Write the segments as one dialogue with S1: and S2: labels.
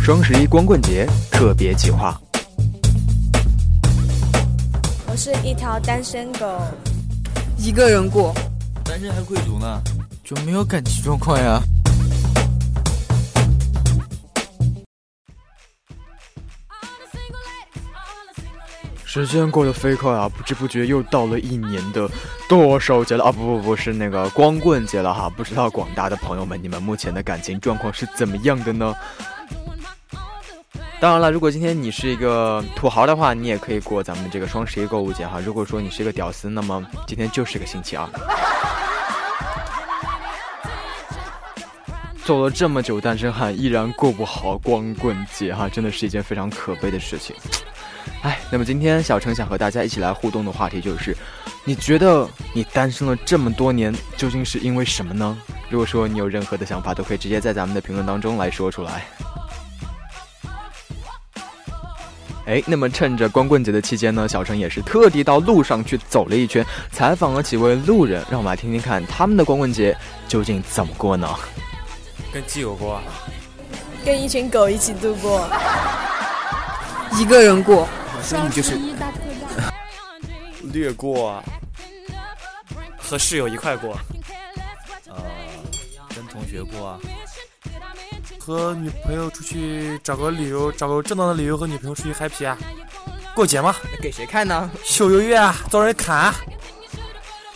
S1: 双十一光棍节特别企划。
S2: 我是一条单身狗，
S3: 一个人过，
S4: 单身还贵族呢，就没有感情状况呀。
S1: 时间过得飞快啊，不知不觉又到了一年的剁手节了啊！不不不是那个光棍节了哈！不知道广大的朋友们，你们目前的感情状况是怎么样的呢？当然了，如果今天你是一个土豪的话，你也可以过咱们这个双十一购物节哈。如果说你是一个屌丝，那么今天就是个星期二。啊走了这么久单身汉，依然过不好光棍节哈，真的是一件非常可悲的事情。哎，那么今天小程想和大家一起来互动的话题就是，你觉得你单身了这么多年，究竟是因为什么呢？如果说你有任何的想法，都可以直接在咱们的评论当中来说出来。哎，那么趁着光棍节的期间呢，小程也是特地到路上去走了一圈，采访了几位路人，让我们来听听看他们的光棍节究竟怎么过呢？
S4: 跟基友过啊，
S2: 跟一群狗一起度过。
S3: 一个人过，
S4: 那你就是
S5: 略过啊，
S6: 和室友一块过，
S4: 呃，跟同学过啊，
S7: 和女朋友出去找个理由，找个正当的理由和女朋友出去 happy 啊，过节嘛，
S3: 给谁看呢？
S7: 秀优越啊，遭人砍啊，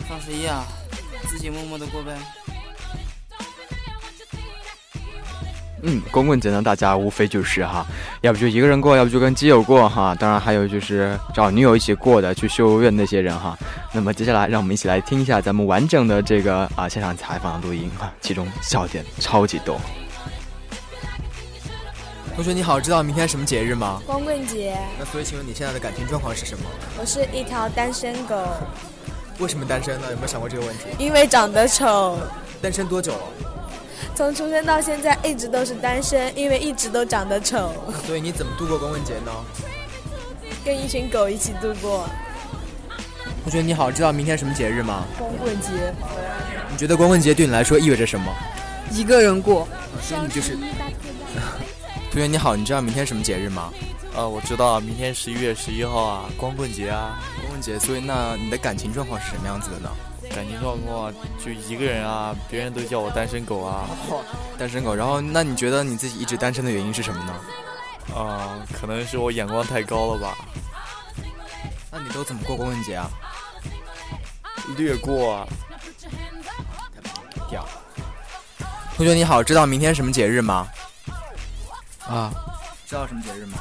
S8: 双十一啊，自己默默的过呗。
S1: 嗯，光棍节呢，大家无非就是哈，要不就一个人过，要不就跟基友过哈，当然还有就是找女友一起过的，去修院那些人哈。那么接下来，让我们一起来听一下咱们完整的这个啊现场采访的录音哈，其中笑点超级多。
S4: 同学你好，知道明天什么节日吗？
S2: 光棍节，
S4: 那所以请问你现在的感情状况是什么？
S2: 我是一条单身狗，
S4: 为什么单身呢？有没有想过这个问题？
S2: 因为长得丑，
S4: 单身多久了？
S2: 从出生到现在一直都是单身，因为一直都长得丑，
S4: 所以你怎么度过光棍节呢？
S2: 跟一群狗一起度过。
S4: 同学你好，知道明天什么节日吗？
S2: 光棍节，
S4: 你觉得光棍节对你来说意味着什么？
S3: 一个人过，
S4: 所以你就是。 同学你好，你知道明天什么节日吗？
S5: 啊，我知道，明天十一月十一号啊，光棍节啊，
S4: 光棍节，所以那你的感情状况是什么样子的呢？
S5: 感情状况啊就一个人啊，别人都叫我单身狗啊，
S4: 哦单身狗，然后那你觉得你自己一直单身的原因是什么呢？
S5: 啊，可能是我眼光太高了吧，
S4: 那你都怎么过光棍节啊？
S5: 略过啊，
S4: 同学你好，知道明天什么节日吗？
S6: 啊，
S4: 知道什么节日吗？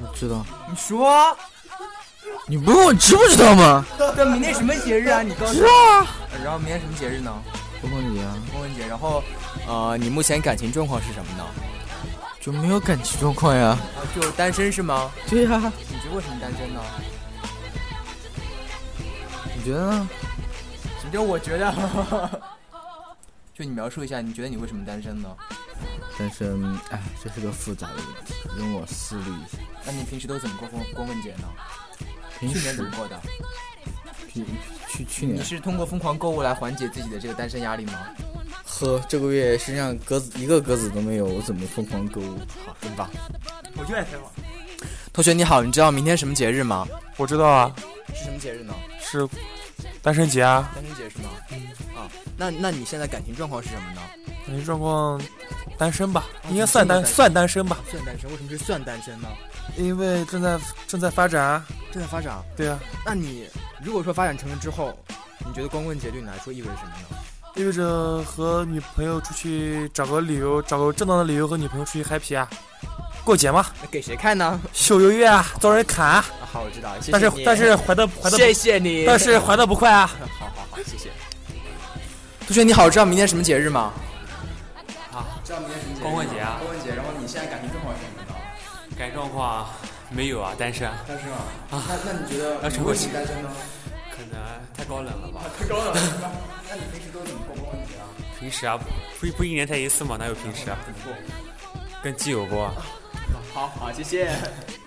S6: 我知道。
S4: 你说，
S6: 你不问我知不知道吗？
S4: 对，明天什么节日啊？你告诉我。然后明天什么节日呢？
S6: 光棍节啊，
S4: 光棍节。然后，呃，你目前感情状况是什么呢？
S6: 就没有感情状况呀。
S4: 啊，就单身是吗？
S6: 对呀、
S4: 你觉得为什么单身呢？
S6: 你觉得呢？
S4: 什么叫我觉得？ 就你描述一下，你觉得你为什么单身呢？
S6: 单身，哎，这是个复杂的问题，容我思虑一下。
S4: 那你平时都怎么过光光棍节呢？去
S6: 平
S4: 年怎
S6: 时
S4: 么过的？
S6: 去去去
S4: 你
S6: 年
S4: 是通过疯狂购物来缓解自己的这个单身压力吗？
S6: 呵，这个月身上格子一个格子都没有，我怎么疯狂购物？
S4: 好，真棒！
S7: 我就爱采访。
S4: 同学你好，你知道明天什么节日吗？
S7: 我知道啊，
S4: 是什么节日呢？
S7: 是单身节啊，
S4: 单身节是吗？嗯。啊，那那你现在感情状况是什么呢？
S7: 感情状况单身吧，应该
S4: 你
S7: 算
S4: 这么
S7: 单
S4: 单身
S7: 算单身吧，
S4: 算单身？为什么是算单身呢？
S7: 因为正在正在发展啊，
S4: 正在发展。
S7: 对啊，
S4: 那你如果说发展成了之后，你觉得光棍节对你来说意味着什么呢？
S7: 意味着和女朋友出去找个理由，找个正当的理由和女朋友出去 happy 啊，过节嘛，
S4: 那给谁看呢？
S7: 秀优越啊，遭人砍啊，
S4: 啊，好，我知道。谢谢
S7: 但是
S4: 你
S7: 但是怀的怀的，
S4: 谢谢你。
S7: 但是怀的不快啊。
S4: 好好好，谢谢。同学你好，知道明天什么节日吗？啊，知道明天什么节日？
S9: 光棍节啊
S4: 光棍节。然后你现在感情状况是什么呢？
S9: 感情状况啊没有啊，单身啊
S4: 单身啊？ 那那你觉得
S9: 要成
S4: 你
S9: 为
S4: 为什么单身呢？
S9: 可能太高冷了吧。
S4: 那你平时都怎么过光棍节啊？
S9: 平时啊，不不一年才一次嘛，哪有平时啊？跟基友过啊，
S4: 好好，谢谢。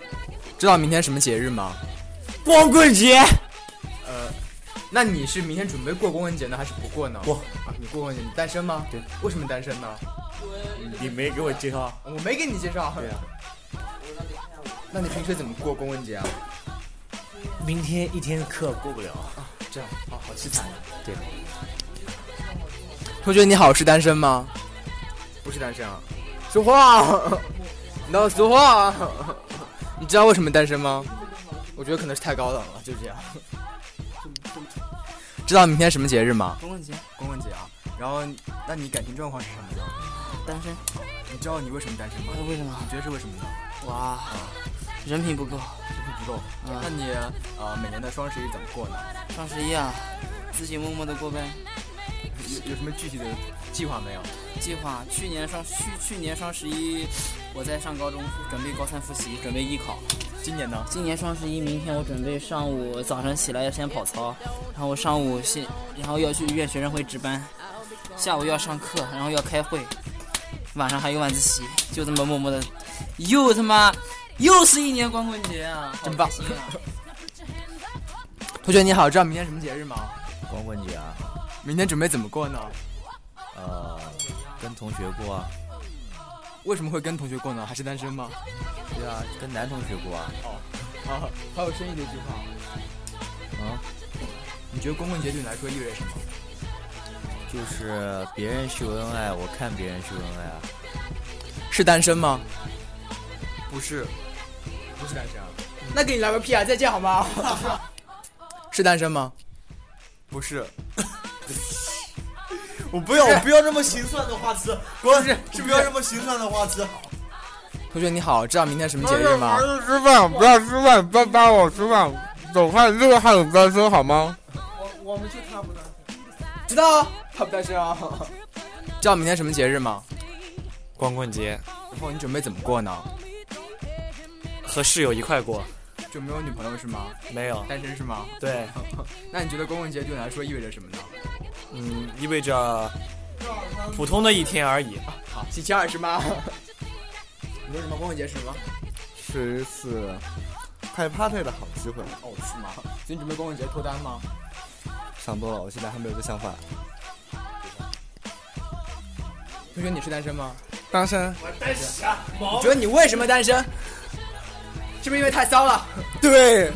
S4: 知道明天什么节日吗？
S9: 光棍节。
S4: 呃，那你是明天准备过光棍节呢，还是不过呢？
S9: 过
S4: 啊，你过光棍节，你单身吗？对。为什么单身呢？
S9: 嗯，
S5: 你没给我介绍，
S4: 我没给你介绍。对呀、啊那你平时怎么过光棍节啊？
S9: 明天一天课过不了。
S4: 这样啊，好凄惨。
S9: 对。
S4: 同学你好，是单身吗？不是单身啊。说话。 你倒说话。你知道为什么单身吗？我觉得可能是太高冷了，就这样。知道明天什么节日吗？
S8: 光棍节
S4: 光棍节啊。然后，那你感情状况是什么样？
S8: 单身，
S4: 你知道你为什么单身吗
S8: 哎为什么？
S4: 觉得是为什么呢？
S8: 哇，人品不够。
S4: 不够。
S8: 啊
S4: 那，你呃每年的双十一怎么过呢？
S8: 双十一啊，自己默默的过呗。
S4: 有有什么具体的计划没有？
S8: 计划去年双去去年双十一，我在上高中，准备高三复习，准备艺考。
S4: 今年呢？
S8: 今年双十一，明天我准备上午早晨起来先跑操，然后上午先，然后要去院学生会值班，下午要上课，然后要开会，晚上还有晚自习，就这么默默的，又他妈又是一年光棍节啊，好
S4: 真棒
S8: 开心啊！
S4: 同学你好，知道明天什么节日吗？
S6: 光棍节啊，
S4: 明天准备怎么过呢？
S6: 呃，跟同学过啊，
S4: 为什么会跟同学过呢？还是单身吗？
S6: 对啊，跟男同学过啊，
S4: 啊，还有深意的一句话。
S6: 啊，
S4: 你觉得光棍节对你来说意味着什么？
S6: 就是别人秀恩爱，我看别人秀恩爱啊，
S4: 是单身吗？
S7: 不是，
S4: 不是单身啊。那跟你聊个屁啊！再见好吗？ 是单身吗？
S7: 不是。我不要，我不要这么心酸的花痴，不是，是不要这么心酸的花痴。
S4: 同学你好，知道明天什么节日吗？
S10: 吃饭，不要吃饭，不要打我吃饭。总看这个汉语单身好吗？
S4: 知道啊，他不单身啊。 知道明天什么节日吗？
S9: 光棍节
S4: 然后你准备怎么过呢？
S9: 和室友一块过，
S4: 就没有女朋友是吗？
S9: 没有。
S4: 单身是吗？
S9: 对，
S4: 那你觉得光棍节对你来说意味着什么呢？
S9: 嗯，意味着普通的一天而已。
S4: 好，星期二是吗？ 你说什么光棍节是什么？
S10: 是一次开 party 的好机会。
S4: 哦，是吗？所以你准备光棍节脱单吗？
S6: 想多了，我现在还没有这想法。
S4: 同学，你是单身吗？
S10: 单身，
S4: 啊你觉得你为什么单身？是不是因为太骚了？
S10: 对，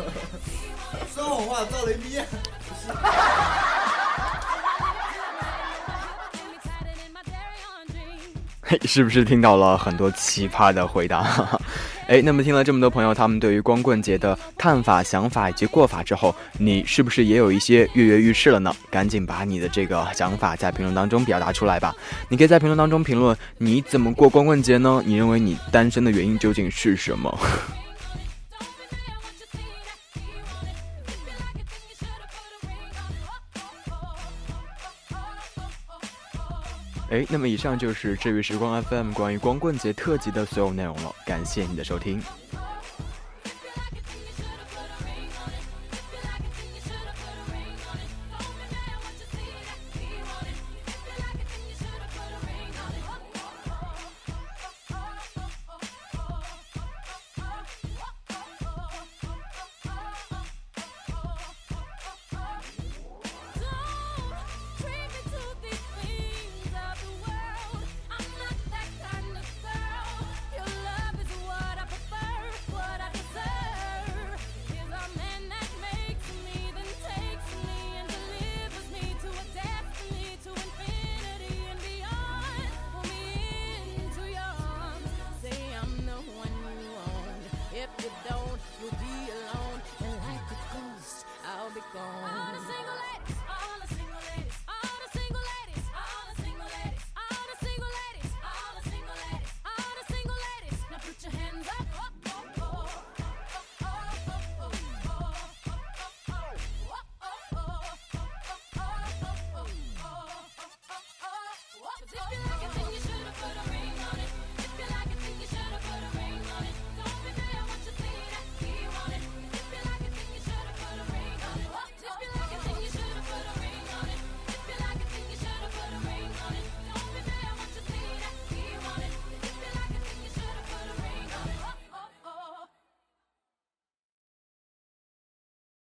S1: 嘿，是不是听到了很多奇葩的回答？ 哎，那么听了这么多朋友他们对于光棍节的看法、想法以及过法之后，你是不是也有一些跃跃欲试了呢？赶紧把你的这个想法在评论当中表达出来吧。你可以在评论当中评论你怎么过光棍节呢？你认为你单身的原因究竟是什么？哎，那么以上就是治愈时光 FM 关于光棍节特辑的所有内容了，感谢你的收听。